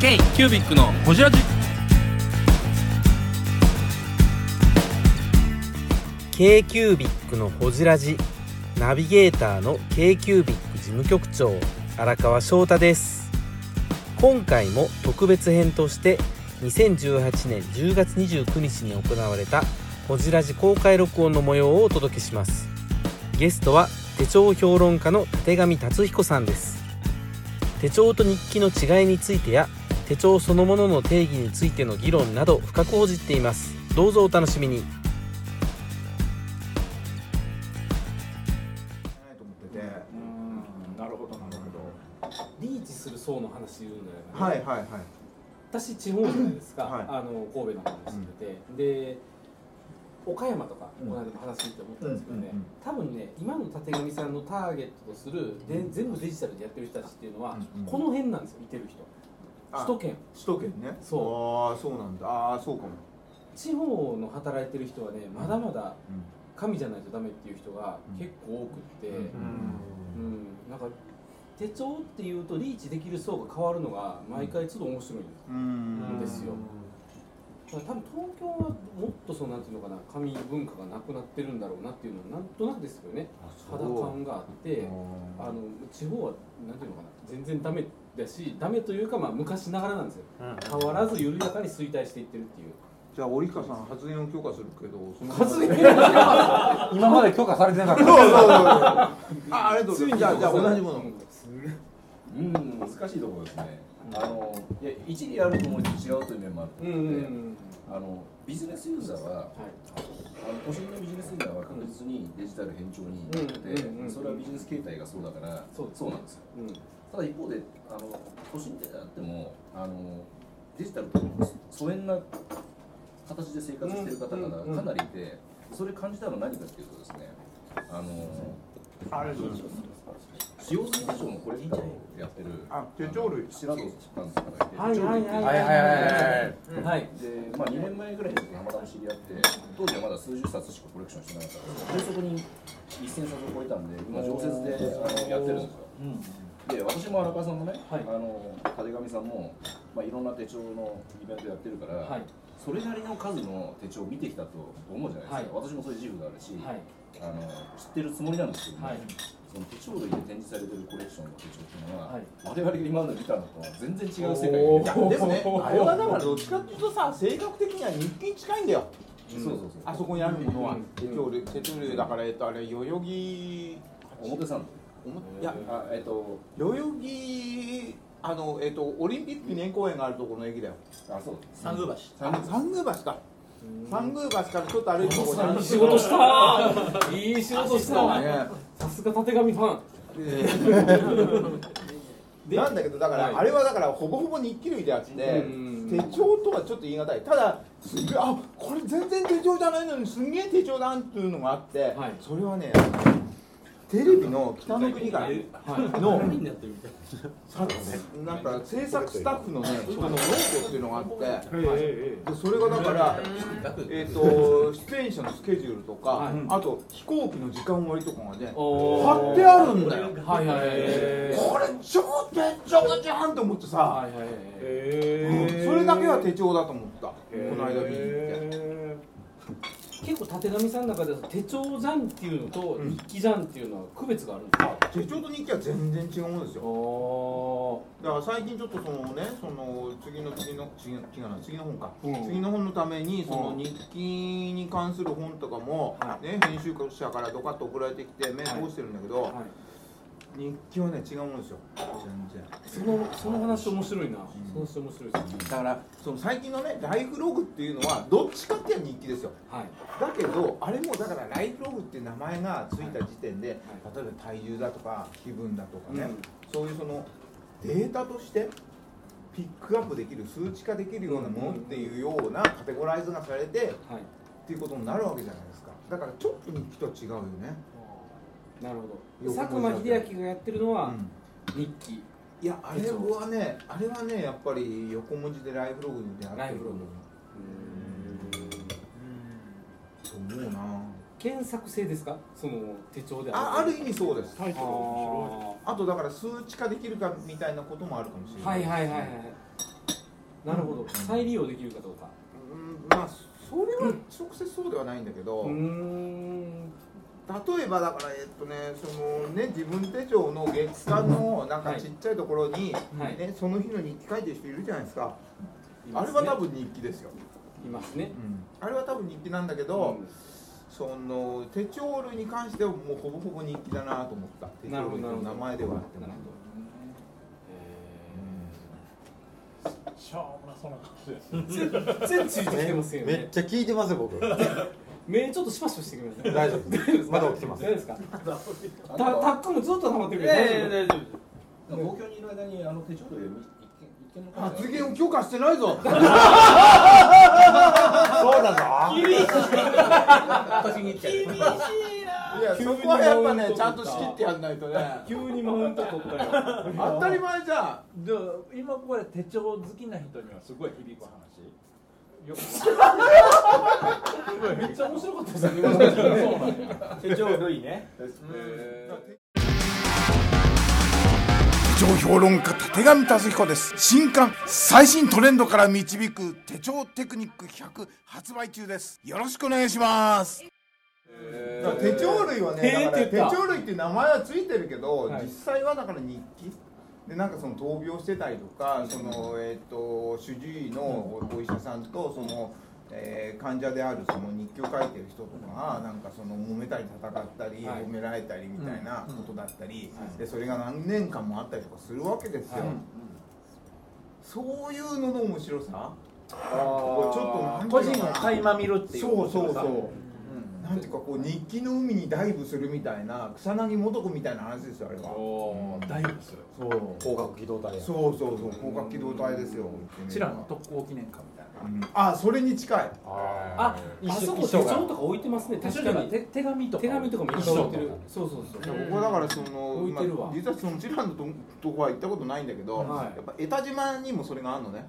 ケイキュービックのホジラジケイキュービックのほじラジ。ナビゲーターのケイキュービック事務局長荒川翔太です。今回も特別編として2018年10月29日に行われたほじラジ公開録音の模様をお届けします。ゲストは手帳評論家の立上達彦さんです。手帳と日記の違いについてや手帳そのものの定義についての議論など深く報じっています。どうぞお楽しみに。ないと思ってて、なるほどなんだけど、リーチする層の話言うんだよね、はいはいはい、私地方じゃないですか、はいあの神戸の方に住んでて、で岡山とかうんこの間も話してて思ったんですけどね、うんうんうん多分ね今の立上さんのターゲットとするで全部デジタルでやってる人たちっていうのは、うんうんこの辺なんですよ見てる人あ首都圏首都圏ね、そうああそうなんだ、ああそうかも、地方の働いてる人はねまだまだ神じゃないとダメっていう人が結構多くって、うんうん、なんか手帳っていうとリーチできる層が変わるのが毎回ちょっと面白いんですうん、うん、ですよだから多分東京はもっとそのなんていうのかな紙文化がなくなってるんだろうなっていうのはなんとなくですけどねあそう肌感があってあの地方はなんていうのかな全然ダメだしダメというかまあ昔ながらなんですよ変わらず緩やかに衰退していってるっていうじゃあ織川さん発言を許可するけど、その数そうそうそうえ 今まで許可されてなかっそうた。あありがとうございます。じゃあじゃあ同じもの、うん、難しいところですね。あの、いや、一理あると思うと違うという面もあるとうんう思んっうて、んあの、ビジネスユーザーは、はいあの、都心のビジネスユーザーは確実にデジタル偏重になってて、うんうんうんうんそれはビジネス形態がそうだから、そうなんですよ。うんただ一方で、あの、都心であっても、あの、デジタルと疎遠な形で生活している方うんうんうん々がかなりいて、それ感じたのは何かっていうとですね、あの、ありがとうございます。使用済み手帳のコレクターをやってるあ手帳類白戸出版さんがいてはいはいははいはいいはいはい。うんはいで、まあ、2年前ぐらいに僕たまたま知り合って当時はまだ数十冊しかコレクションしてなかったんですけど急速に1000冊を超えたんで今常設であのやってるんですよで私も荒川さんもね、はいあの立上さんも、まあ、いろんな手帳のイベントやってるから、はいそれなりの数の手帳を見てきたと思うじゃないですか、は私もそういう自負があるし、はいあの知ってるつもりなんですけども、はいその手帳類で展示されてるコレクションの手帳っていうのは、はい我々が今まで見たのとは全然違う世界おにいーたいやでもね、あれはだからどっちかっていうとさ、性格的には日記に近いんだよ、そうそうそうあそこにあるのはうん。手帳類、手帳類だから、えっと、あれ、代々木、表参道おもいや、あえっと代々木、あの、えっと、オリンピック記念公園があるところの駅だよ。あそう三宮橋。三宮橋三宮橋か。三宮橋からちょっと歩いてとこに。いい仕事したいい仕事したねさすがたてがみファンなんだけどだから、はいあれはだからほぼほぼ日記類であって、うん手帳とはちょっと言い難いただすげえあこれ全然手帳じゃないのにすんげえ手帳だっていうのがあって、はいそれはねテレビの北の国からはいのさなんか制作スタッフのね人のノートっていうのがあってでそれがだから、えー、と出演者のスケジュールとか、はいあと飛行機の時間割とかがねおー貼ってあるんだよ。はいはいはいはいこれ超手帳じゃんと思ってさ、はいはいはいうんそれだけは手帳だと思った、この間見に行って、結構たてがみさんの中では手帳じゃんっていうのとうん日記じゃんっていうのは区別があるんですか手帳と日記は全然違うものですよおだから最近ちょっとそのねその次の次の次の違うな次の本か、うん次の本のためにそうんの日記に関する本とかも、はね、編集者からドカッと送られてきて目通してるんだけど、ーはい日記はね違うものですよ全然そのその話面白いなその話面白いですねだからその最近のねライフログっていうのはどっちかっていうと日記ですよはいだけどあれもだからライフログって名前がついた時点で、例えば体重だとか気分だとかね、うんそういうそのデータとしてピックアップできる数値化できるようなものっていうようなカテゴライズがされてっはていうことになるわけじゃないですかだからちょっと日記とは違うよね、いなるほど佐久間秀明がやってるのうはん、日記いやあれはねあれはねやっぱり横文字でライフログに出会ってると思うな検索制ですかその手帳であある意味そうですあーあとだから数値化できるかみたいなこともあるかもしれないはいはいはいはいなるほど再利用できるかどうかうんまあそれは直接そうではないんだけど、うーん例えばだからえっとねそのね自分手帳の月間のなんかちっちゃいところに、はいね、その日の日記書いてる人いるじゃないですか、いあまれすねは多分日記ですよ、いますねあれは多分日記なんだけど、その手帳類に関してはもうほぼほぼ日記だなと思った手なる帳ほど類なるのほど名前ではあってもなるほどしょうもなそうな感じです全然ついてきてますよめっねちゃ聞いてますよ僕目ちょっとシパシパしてください大丈夫大丈夫ですかまだ起きてます大丈夫ですかあたなタんかックもずっと溜まってるけど大丈夫大丈夫東京にいる間にあの手帳類を一件一件の数発言を許可してないぞ そうだぞ厳しいいやそこはやっぱねちゃんと仕切ってやんないとね急にマウント取ったよ当たり前じゃんで今これ手帳好きな人にはすごい響く話よくめっちゃ面白かったですね今の話そうなんや手帳類ね手帳評論家立上達彦です新刊最新トレンドから導く手帳テクニック100発売中ですよろしくお願いしますだから手帳類はね、へーだからって手言った帳類って名前はついてるけど、はい実際はだから日記でなんかその闘病してたりとか、そのえっ、と主治医のおお医者さんとその、えー患者であるその日記を書いてる人とかがなんかその揉めたり戦ったり、はい褒められたりみたいなことだったり、でそれが何年間もあったりとかするわけですよ。はいそういうのの面白さ、こうちょっとなんて個いう人かをな垣間見るっていうそうそうそう、なんていうかこう日記の海にダイブするみたいな草薙素子みたいな話ですよあれは大丈夫ですよそう広角機動隊やそうそうそう広角機動隊ですよチラの特攻記念館みたいなうんあそれに近いああそこ手帳とか置いてますね手帳確じかゃないに手手紙とか手紙とかも一緒に置いてるそうそうそう僕はだからその、置いてるわまあ実はそのチラのととこは行ったことないんだけど、はいやっぱ江田島にもそれがあるのねあー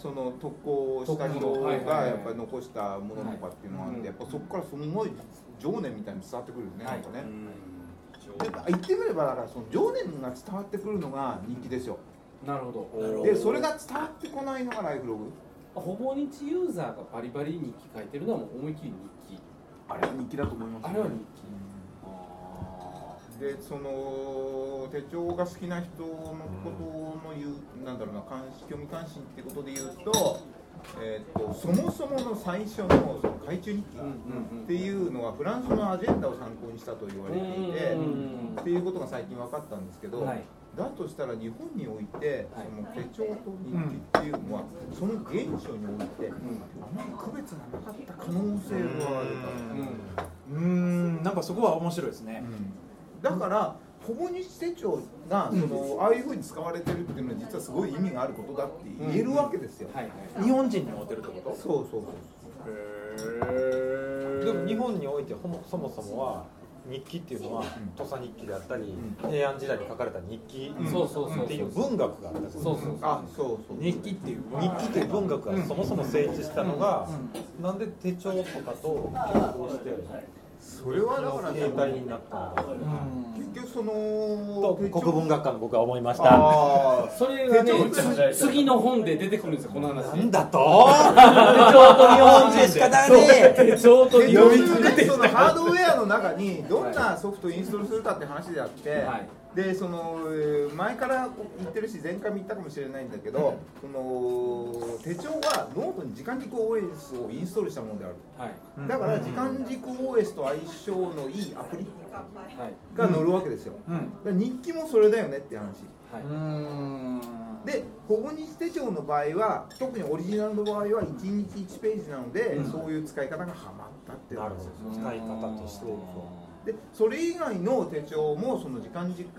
その特攻した人特攻のがはいはいはいやっぱり残したものとかっていうのがあっはいてやっぱそこからすごい情念みたいに伝わってくるよね、はいなんかねで言ってみればだからその情念が伝わってくるのが人気ですよなるほどでそれが伝わってこないのがライフログほぼ日ユーザーがバリバリ日記書いてるのはもう思いっきり日記あれは人気だと思いますあねれは日記でその手帳が好きな人のことの言うなんだろうな関心興味関心ってことで言うと,、えー、とそもそもの最初のその懐中日記うんうんうんっていうのはフランスのアジェンダを参考にしたと言われていてうんうんうんっていうことが最近分かったんですけど、はいだとしたら日本においてはいその手帳と日記っていうのは、その現象においてあまり区別がなかった可能性があるから。うーんなんかそこは面白いですねだからほぼ日手帳がそのああいうふうに使われてるっていうのは実はすごい意味があることだって言えるわけですよ。はいはい日本人に会ってるってことそうそうそう。でも日本においてほもそもそもは日記っていうのは土佐日記であったり平安時代に書かれた日記うんそうそうそうっていう文学があったりするそうそうあそうそう。日記っていう日記という文学がそもそも成立したのが、なんで手帳とかと結合してそれはだから携帯になったのか結局そとの国文学科の僕は思いました。あそれがね手帳じゃない次次の本で出てくるんですよこの話なん だと手帳と日本人しかダメ手帳とあ。で日本読みそのハードウェアの中にどんなソフトをインストールするかって話であって、はいでそのえー前から言ってるし前回も言ったかもしれないんだけどその手帳はノートに時間軸 OS をインストールしたものであるはいだから時間軸 OS と相性のいいアプリはいが乗るわけですよ、うんだから日記もそれだよねって話はいうーんで保護日手帳の場合は特にオリジナルの場合は1日1ページなので、そういう使い方がハマったってなわるけですほよど使い方としてでそれ以外の手帳もその時間軸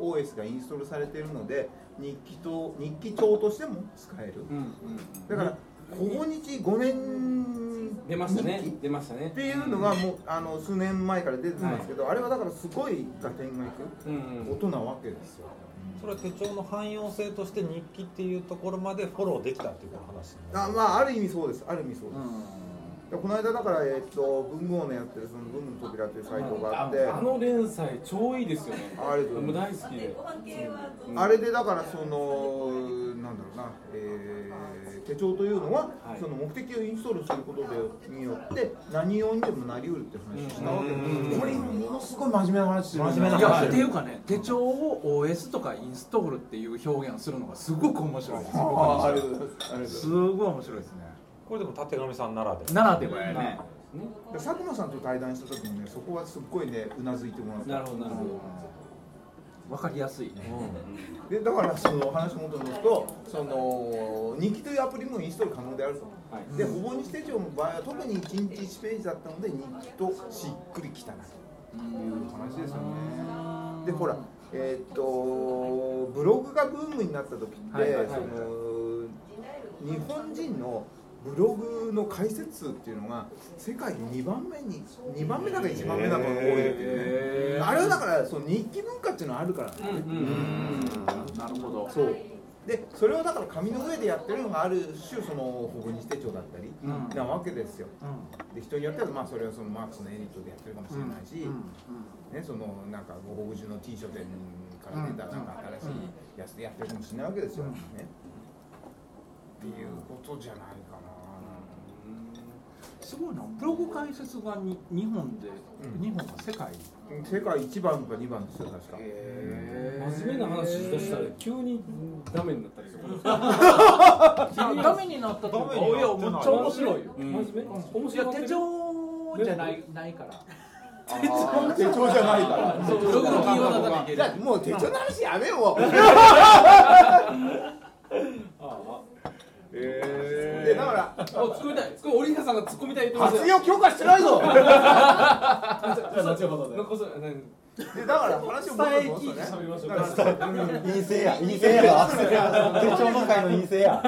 OS がインストールされているので日記と日記帳としても使えるうんうんだから保護日5年出ましたね日記出ましたねっていうのがもうあの数年前から出てたんですけど、あれはだからすごい合点がいくうんうん音なわけですよそれは手帳の汎用性として日記っていうところまでフォローできたっていうこの話あまあある意味そうですある意味そうです、でこの間だから、えっと、文具王のやってるその文具の扉というサイトがあってあの連載超いいですよねありがとうございますもう大好きであれでだからそのなんだろうな、えー手帳というのは、はいその目的をインストールすることでによって何用にでもなりうるって話をしたわけです。これものすごい真面目な話してる。真面目いやっていうかね手帳を OS とかインストールっていう表現をするのがすごく面白いですああありがとうございますありがとうございますすごい面白いですねこれでもたてがみさんならで7でもねで佐久間さんと対談した時もねそこはすっごいねうなずいてもらったなるほどなるほど分かりやすいねでだからその話元に戻すとその日記というアプリもインストール可能であると、はいでほぼ日手帳の場合は特に1日1ページだったので日記としっくりきたなという話ですよねでほらえーっとブログがブームになった時って、はいはいはいその日本人のブログの解説数っていうのが世界で2番目に2番目だか1番目だかが多いっていうねあれはだからその日記文化っていうのはあるからねうんうんなるほどそうでそれをだから紙の上でやってるのがある種その保護日手帳だったりうんなわけですよ、で人によってはまあそれはそのマークスのエリートでやってるかもしれないし、ね、そのなんかご保護の T 書店から出たなんか新しいやつでやってるかもしれないわけですよ、ね、っていうことじゃないかなすごいなブログ解説がに日本で、うん日本が世界世界一番か2番ですよ確か、真面目な話しだしたら急にダメになったりするあダメになったとダメに思なっいやめってないちゃ面白いよ、真面目面いや白手帳じゃないないから手帳じゃないからそうブログのキーワードだけじゃあもう手帳の話やめようでだからあ作りたい作りオリヒナさんが突っ込みたいと思活用強化してないぞ後ほどで残す何でだから話をもっと戻すと喋りねましょうだかから陰性や陰性や 手帳の会の陰性や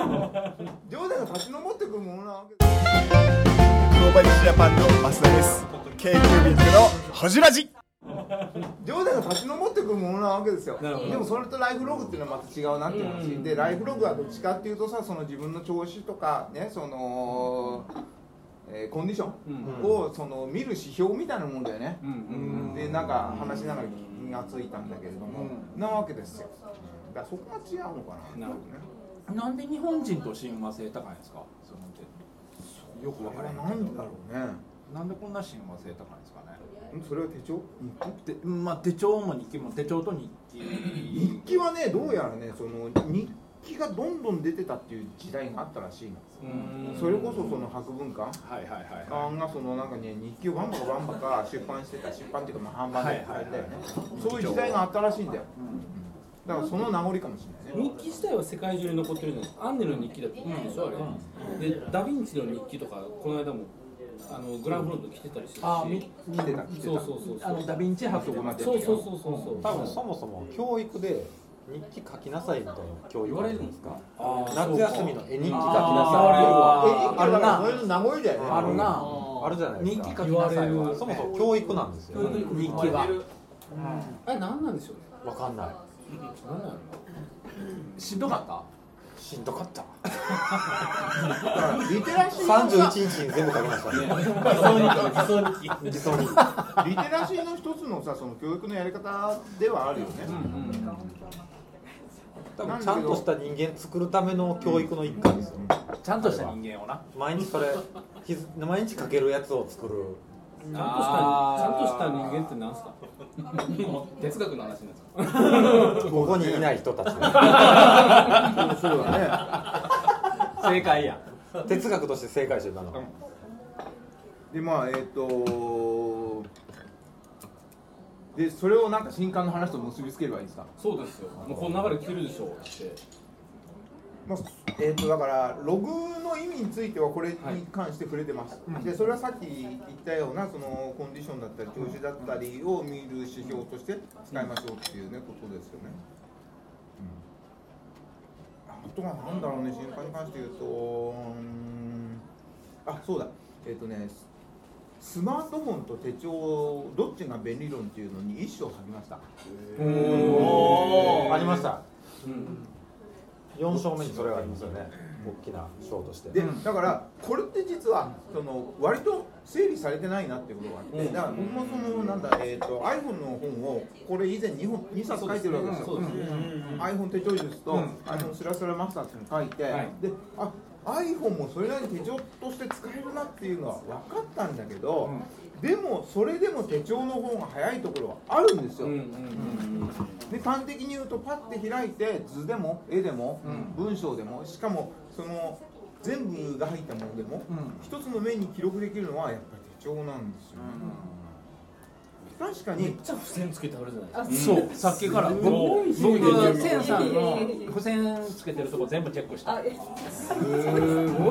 上手が立ち上ってくるものなわけグローバリッシュジャパンの増田です k q b のほじラジ上手が立ち上ってくるものなわけですよでなるほどもそれとライフログっていうのはまた違うなっていう話、うんでライフログはどっちかっていうとさその自分の調子とかねその、えーコンディションをその見る指標みたいなもんだよね、うんでなんか話しながら気がついたんだけれども、なわけですよだからそこが違うのかななるほどねなんで日本人と親和性高いんですかその点よくわこかれらはへんけ何どだろうねなんでこんな親和性高いんですかねんそれは手帳で、まあ、手帳も日記も手帳と日記日記はねどうやらねその日記がどんどん出てたっていう時代があったらしいのそれこそその博文館はいはいはいはい館がそのなんかね日記をバンバカバンバカ出版してた出版っていうかまあ販売ではいはいだよねそういう時代があったらしいんだよだからその名残かもしれないね日記自体は世界中に残ってるじゃないですかアンネの日記だっていいでしょあれでダ・ヴィンチの日記とかこの間もあのグランフロント来てたりしてるしあみ見てた見てたそうそうそうあのダヴィンチ博とかそうそうそうそうそう多分そもそも教育で日記書きなさいみたいな教育あるじゃないですかあー夏休みの絵日記書きなあさーえ日記あるだからなそういうの名残だよねあるなあるじゃないですか日記書きなさい言われいるはそもそも教育なんですよ教育日記はあれ何なんでしょうねわかんな何いなんやろなしんどかしんどかっただからリテラシー三の十さ一日に全部書きましたね。偽装日記。リテラシーの一つのさその教育のやり方ではあるよね多分ちゃんとした人間作るための教育の一環ですよ。ったちゃんとした人間をな毎日それ、日付毎日書けるやつを作る。ちあゃんとーしたちゃんとした人間って何すか 哲学の話なんですかここにいない人たち。そうだね正解や哲学として正解してる今の。でまあえっ、とでそれをなんか新刊の話と結びつければいいんですかそうですよもうこの流れ来てるでしょうってまあえー、とだからログの意味についてはこれに関して触れてます、でそれはさっき言ったようなそのコンディションだったり調子だったりを見る指標として使いましょうっていうねことですよね、うん、あとは何だろうね新刊に関して言うとうーんあそうだえっ、とねスマートフォンと手帳どっちが便利論っていうのに一章書きましたおお、ありました。うん4勝目にそれがありますよね大きな賞としてでだからこれって実はその割と整理されてないなってことがあって、だから僕もそのなんだ、えー、と iPhone の本をこれ以前 2, 本二冊書いてるわけですよ、そうですね iPhone 手帳術と、iPhone スラスラマスターっていうのを書いて、はいであ iPhone もそれなりに手帳として使えるなっていうのは分かったんだけど、でもそれでも手帳の方が早いところはあるんですよ、うんうんうんで端的に言うとパッて開いて図でも絵でも文章でもしかもその全部が入ったものでも一つの目に記録できるのはやっぱり手帳なんですよね、確かにじゃあ付箋つけてあるじゃないですかそうさっきから僕僕はセンさんの付箋つけてるとこ全部チェックしたすご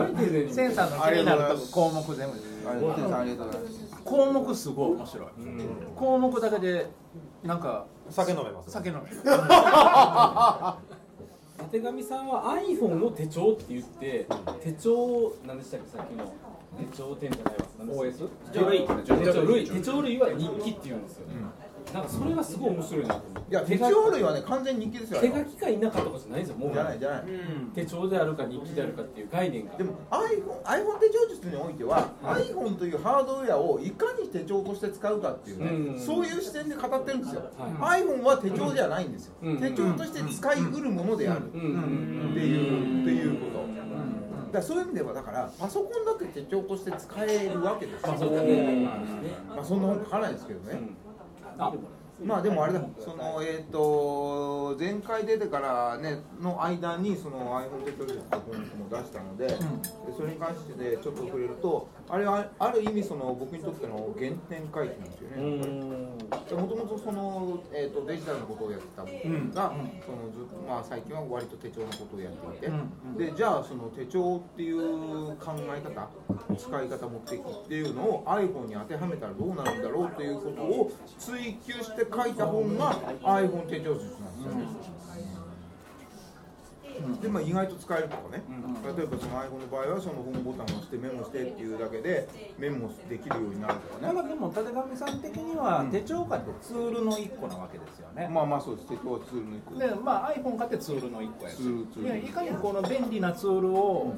い丁寧にセンさんの気になるとこ項目全部あれ本さんありがとうございます項目すごい面白い項目だけでなんか酒飲めます酒飲むたてがみさんは iPhone を手帳って言って手帳を何でしたっけさっきの手帳点じゃないわ何でしたっけ手帳類手帳類は日記って言うんですよ、なんかそれがすごい面白いなと思っていや手帳類はね完全に日記ですよあ手れ書はきか否かとかじゃないんですよもうじゃないじゃない、手帳であるか日記であるかっていう概念がでも iPhone, iPhone 手帳術においては、iPhone というハードウェアをいかに手帳として使うかっていうね、うんそういう視点で語ってるんですよ、は iPhone は手帳じゃないんですよ、うん手帳として使い得るものである、うんうんっていうっていうこと、だからそういう意味ではだからパソコンだって手帳として使えるわけですよ、そうだねまあ、そんな本書かないですけどね、あまあでもあれだそのえっ、と前回出てからねの間にその iPhone 手帳術の本も出したので、でそれに関してでちょっと触れるとあれはある意味その僕にとっての原点回帰なんですよね、もともとその、えー、とデジタルのことをやってた僕が、そのずっとまあ、最近は割と手帳のことをやっていて、でじゃあその手帳っていう考え方使い方目的っていうのを iPhone に当てはめたらどうなるんだろうということを追求して書いた本が iPhone 手帳術なんですよね。でまあ、意外と使えるとかね、例えばその iPhone の場合はそのホームボタンを押してメモしてっていうだけでメモできるようになるとかなねんかでもたてがみさん的には手帳化ってツールの一個なわけですよねまあまあそうです手帳はツールの一個でまあ iPhone 化ってツールの一個やしツールツールいやいかにこの便利なツールを、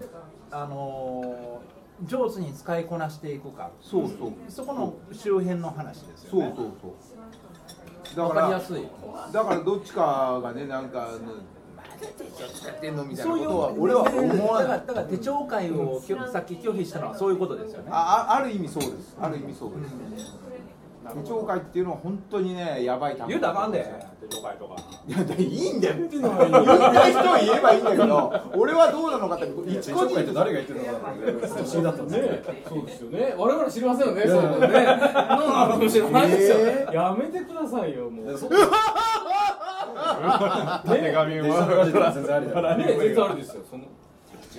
あのー上手に使いこなしていくかそうそうそこの周辺の話ですよそうねそうそうだわかかりやらすいだからどっちかがねなんかあのまだ手帳使ってんのみたいなことは俺は思わなだいからだから手帳会をきょさっき拒否したのはそういうことですよねああある意味そうですある意味そうです、手帳会っていうのは本当にねやばい単語言うたらあか んでいやだいいんだよ言った人は言えばいいんだけど 俺はどうなのかって一個人って誰が言ってるのかなと思って不思議だったねそうですよね我々知りませんよねそういうのね何なのかもしれないですよやめてくださいよ もうねデジタルガジェットは全然ありだよね全然あれですよその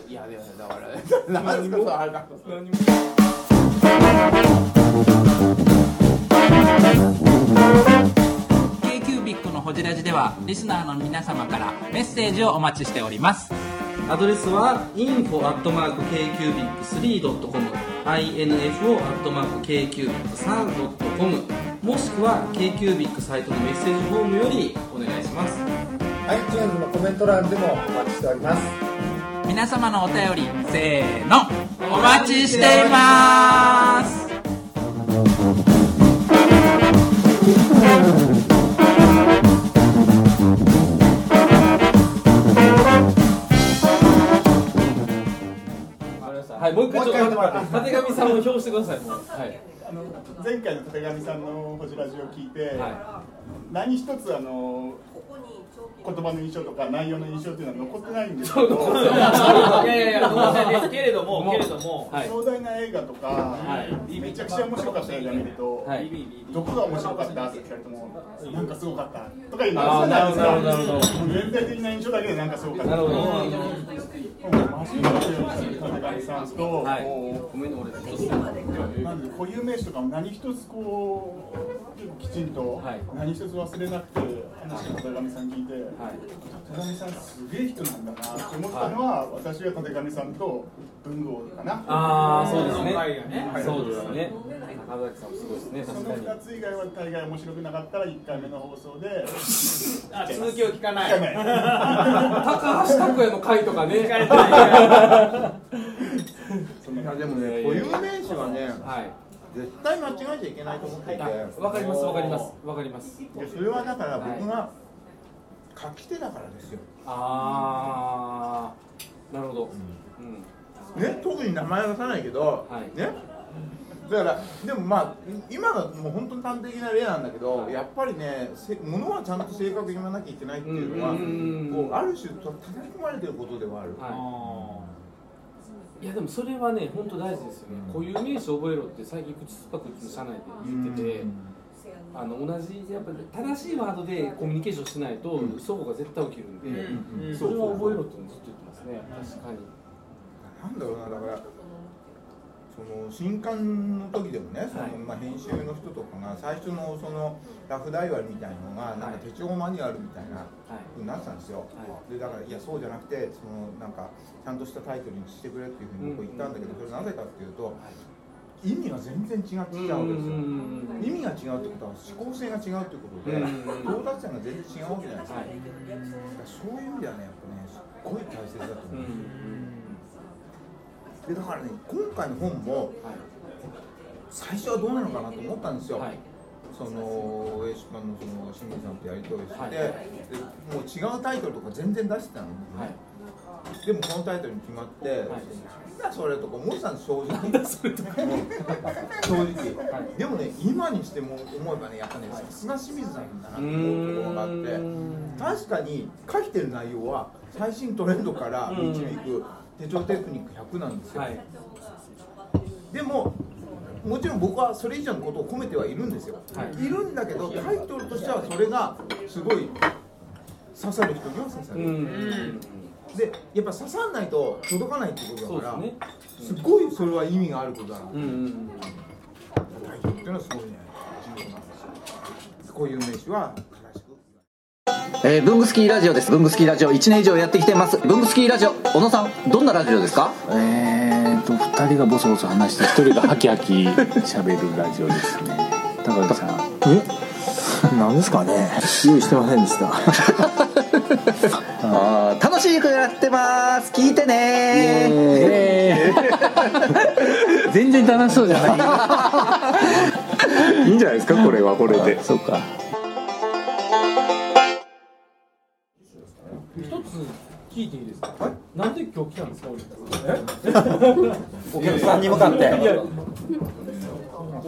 いやでもだから何ですかそのあれだ何もアドレスは info.kcubic3.com info.kcubic3.com もしくは KQBIC サイトのメッセージフォームよりお願いします iTunes のコメント欄でもお待ちしております皆様のお便りせーのお待ちしていますわかりましたはいもう一回ちょっとたてがみさんを表してくださいもうはいあの前回のたてがみさんのほじラジを聞いて、は何一つあの言葉の印象とか内容の印象っていうのは残ってないんですけいどいやいやいや当然ですけれどもけれどもはい壮大な映画とか、はいめちゃくちゃ面白かった映画見ると、はいどこが面白かったって聞かれても、なんかすごかったとか言うのあーはなるほどそうなるほどもう全体的な印象だけでなんかすごかった。なるほど初めての高木さんと、はいこごめんね俺ちょっとうなんで固有名詞とかも何一つこう結構きちんと、はい何一つ忘れなくて話を高上さん聞いて、はいたてがみさんすげえ人なんだなって思ったのは、私はたてがみさんと文豪かな。ああそうですねそうですね原崎さんもすごいですねそ確のかに2つ以外は大概面白くなかったら1回目の放送であ続きを聞かない聞かない高橋拓也の回とかね聞かれていやでもね、固有名詞はね、絶対間違えちゃいけないと思っていて、わかりますわかりますわかりますいやそれはだから僕が書き手だからですよ。ああなるほど、うんね、特に名前は出さないけど、ね。だからでもまあ今がもう本当に端的な例なんだけど、やっぱりねせものはちゃんと正確に言わなきゃいけないっていうのは、うんうんうんうんこうある種た叩き込まれてることではある、いやでもそれはね本当大事ですよね、固有名詞覚えろって最近口酸っぱくうちの社内で言ってて、あの同じやっぱり正しいワードでコミュニケーションしないと齟齬が絶対起きるんで、うんうんそれは覚えろっていうのずっと言ってますね、確かになんだろうなだからその新刊の時でもねその、まあ、編集の人とかが最初のそのラフダイワルみたいのがなんか手帳マニュアルみたいなふうになってたんですよ、でだからいやそうじゃなくてそのなんかちゃんとしたタイトルにしてくれっていうふうに僕言ったんだけど、それなぜかっていうと意味が全然違ってきちゃうんですよ、意味が違うってことは思考性が違うってことで、うんうん到達点が全然違うわけじゃないですか,、そういう意味ではねやっぱねすっごい大切だと思うんですよ、でだからね今回の本も最初はどうなのかなと思ったんですよ、その上島のその清水さんとやり取りして、はいでもう違うタイトルとか全然出してたの、でもこのタイトルに決まって、なんだそれとか思ってたんです正直正直、でもね今にしても思えばねやっぱねさすが清水さんだなって思うところがあって確かに書いてる内容は最新トレンドから導く手帳テクニック100なんですよ、でももちろん僕はそれ以上のことを込めてはいるんですよ、い、るんだけどタイトルとしてはそれがすごい刺さる人には刺さる、でやっぱ刺さんないと届かないってことだから,、そうですごいそれは意味があることだな、タイトルっていうのはすごいね重要なんですよこういう名詞はえー、ブングスキーラジオです。ブングスキーラジオ1年以上やってきてます。ブングスキーラジオ、小野さん、どんなラジオですかえーと2人がボソボソ話して1人がハキハキ喋るラジオですね高橋さんえなんですかね用意してませんで したあー楽しくやってます。聞いてね 全然楽しそうじゃ ないいいんじゃないですかこれはこれでそうか一つ聞いていいですかなんで今日来たんですか俺お客さんに向かっていやいや一応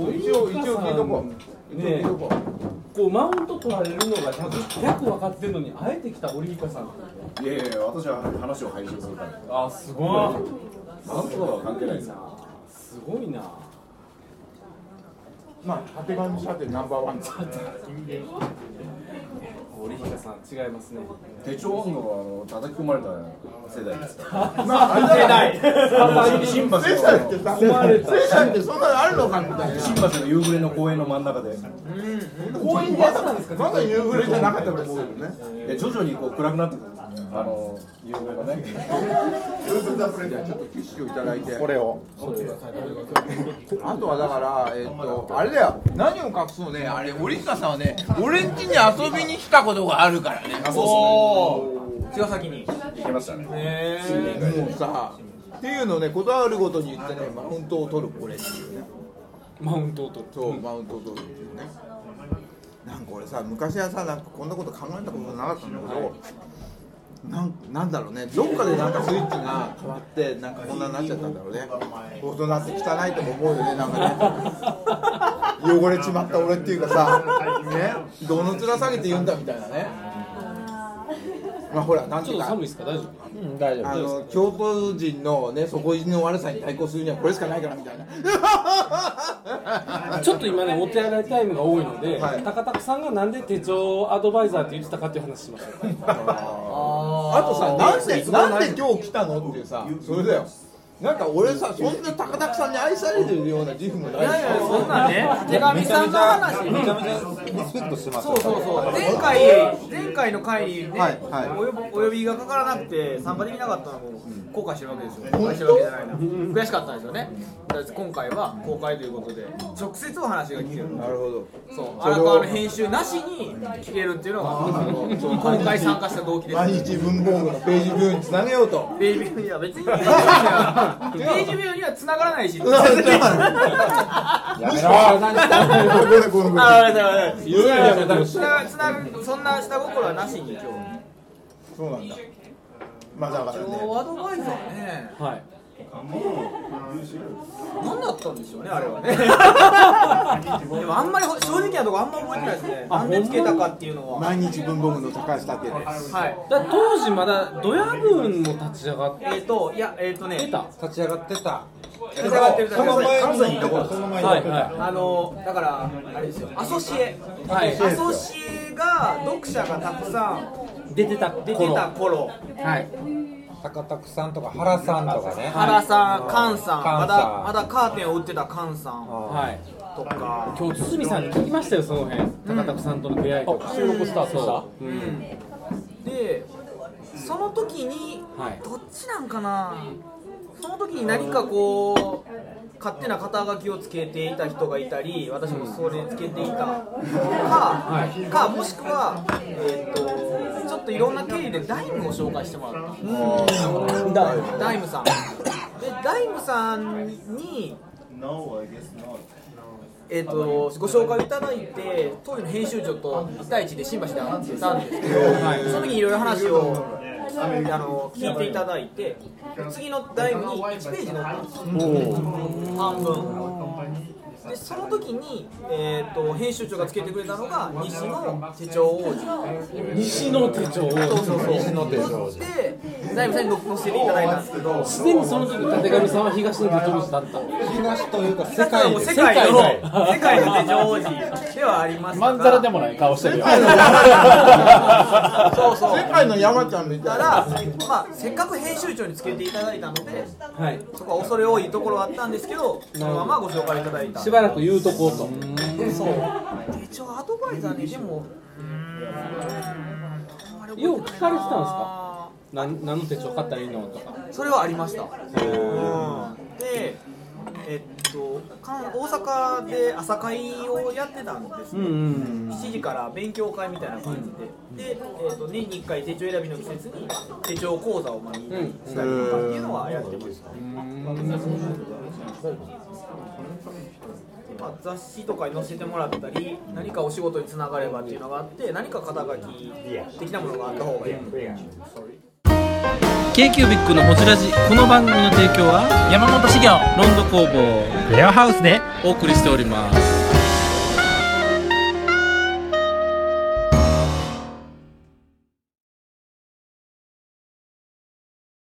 一応聞いとこうねえこうマウント取られるのが100 100分かってるのにあえて来たオリミカさんいやいやいや私は話を配信するからあすごいマウントとかは関係ないですよすごいなまあ縦版シャテナンバーワン折彦さん違いますね手帳音のあの叩き込まれた世代ですからまああれだ代新橋の世代ってさ世代ってそんなのあるのかみたいな新橋の夕暮れの公園の真ん中で公園でやってたんですかまだ夕暮れじゃなかったですよねで徐々にこう暗くなってくるんですよあの夕暮れがねじゃあちょっとティッシュをいただいてこれをあとはだからえっとあれだよ何を隠そうねあれ折塚さんはね俺ん家に遊びに来たことがあるからねあそうですね茅ヶ崎に行きましたねもうさっていうのをね断るごとに言ってねマウントを取るこれっていうねマウントを取るそうマウントを取るっていうねなんか俺さ昔はさなんかこんなこと考えたことなかったんだけど、なんなんだろうねどっかでなんかスイッチが変わってなんかこんなになっちゃったんだろうね大人って汚いとも思うよねなんかね汚れちまった俺っていうかさねどの面下げて言うんだみたいなねまあほらなんていうかちょっと寒いですか大丈夫うん大丈夫あの京都人のね底意地の悪さに対抗するにはこれしかないからみたいなちょっと今ねお手洗いタイムが多いので、高田さんがなんで手帳アドバイザーって言ってたかっていう話しましょうあとさ、なんで、なんで今日来たのっていうさ、それだよ。なんか俺さ、そんな高田さんに愛されてるような自負もないしいやいやそんなね手紙さんの話めちゃめちゃリスペクトしてますそうそうそう前回前回回の会にね、はいはいお呼ぼお呼びがかからなくて参加できなかったのも後悔してるわけですよ後悔してるわけじゃないな悔しかったんですよねだって今回は公開ということで直接お話が聞けるなるほどそう荒川の編集なしに聞けるっていうのがそう今回参加した動機です毎日文房具のページビューにつなげようとページビューには別にページビューには繋がらないしやめろあーだめだ言うやんやめたらつなつなぐそんな下心はなしに今日そうなんだまあだからねアドバイザーねはい何だったんでしょうねあれはねでもあんまりほ正直なとこあんま覚えてないですねなんでつけたかっていうのは毎日文房具の高橋拓也ですはいだ当時まだドヤ分も立ち上がってえっ、といやえっ、とね立ち上がってた立ち上がってるその前に関西にいたことその前にはいはいあのだからあれですよアソシエ、はいアソシエが読者がたくさん出てた出てた頃はい高田さんとか原さんとかね原さん、菅さん、菅まだまだカーテンを打ってた菅さんはいとか今日堤さんに聞きましたよその辺高田さんとの出会いとか収録スタートしたうんでその時にはいどっちなんかなその時に何かこう勝手な肩書きをつけていた人がいたり私もそれつけていたか、かもしくは、えー、とちょっといろんな経緯でダイムを紹介してもらったダイムダイムさんでダイムさんにえー、とご紹介いただいて当時の編集長と1対1で新橋で話ってたんですけど、その時にいろいろ話をあの聞いていただいて次の題に1ページ載ったんです半分でその時に、えー、と編集長がつけてくれたのが西の手帳王子西の手帳王子そうそうそう西の手帳王子で大ムさんに載せていただいたんですけどすでにその時たてがみさんは東の手帳王子だった東というか世界で世界の世界の世界の手帳王子ではありますがまんざらでもない顔してるよそうそう世界の山ちゃんみたたいら、なまあ、せっかく編集長につけていただいたのではいそこは恐れ多いところはあったんですけどそのままご紹介いただいたしばらく言うとこうとそう一応アドバイザーねでもよう聞かれてたんですかなん何の手帳買ったらいいのとかそれはありましたうんでえっとかん大阪で朝会をやってたんですね、うんうん7時から勉強会みたいな感じで、で、えっと年に1回手帳選びの季節に手帳講座をまあみんなにしたりとかっていうのはやってました、まあ、雑誌とかに載せてもらったり何かお仕事につながればっていうのがあって何か肩書き的なものがあった方がいい k q b i c のホジラジこの番組の提供は山本資源ロンド工房レアハウスでお送りしております